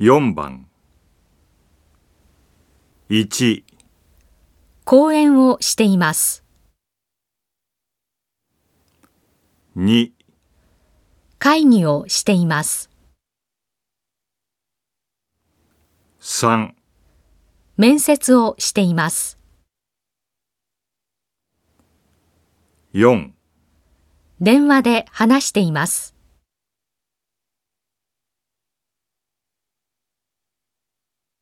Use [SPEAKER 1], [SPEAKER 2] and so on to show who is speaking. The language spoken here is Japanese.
[SPEAKER 1] 4番1
[SPEAKER 2] 講演をしています。
[SPEAKER 1] 2
[SPEAKER 2] 会議をしています。
[SPEAKER 1] 3
[SPEAKER 2] 面接をしています。
[SPEAKER 1] 4
[SPEAKER 2] 電話で話しています。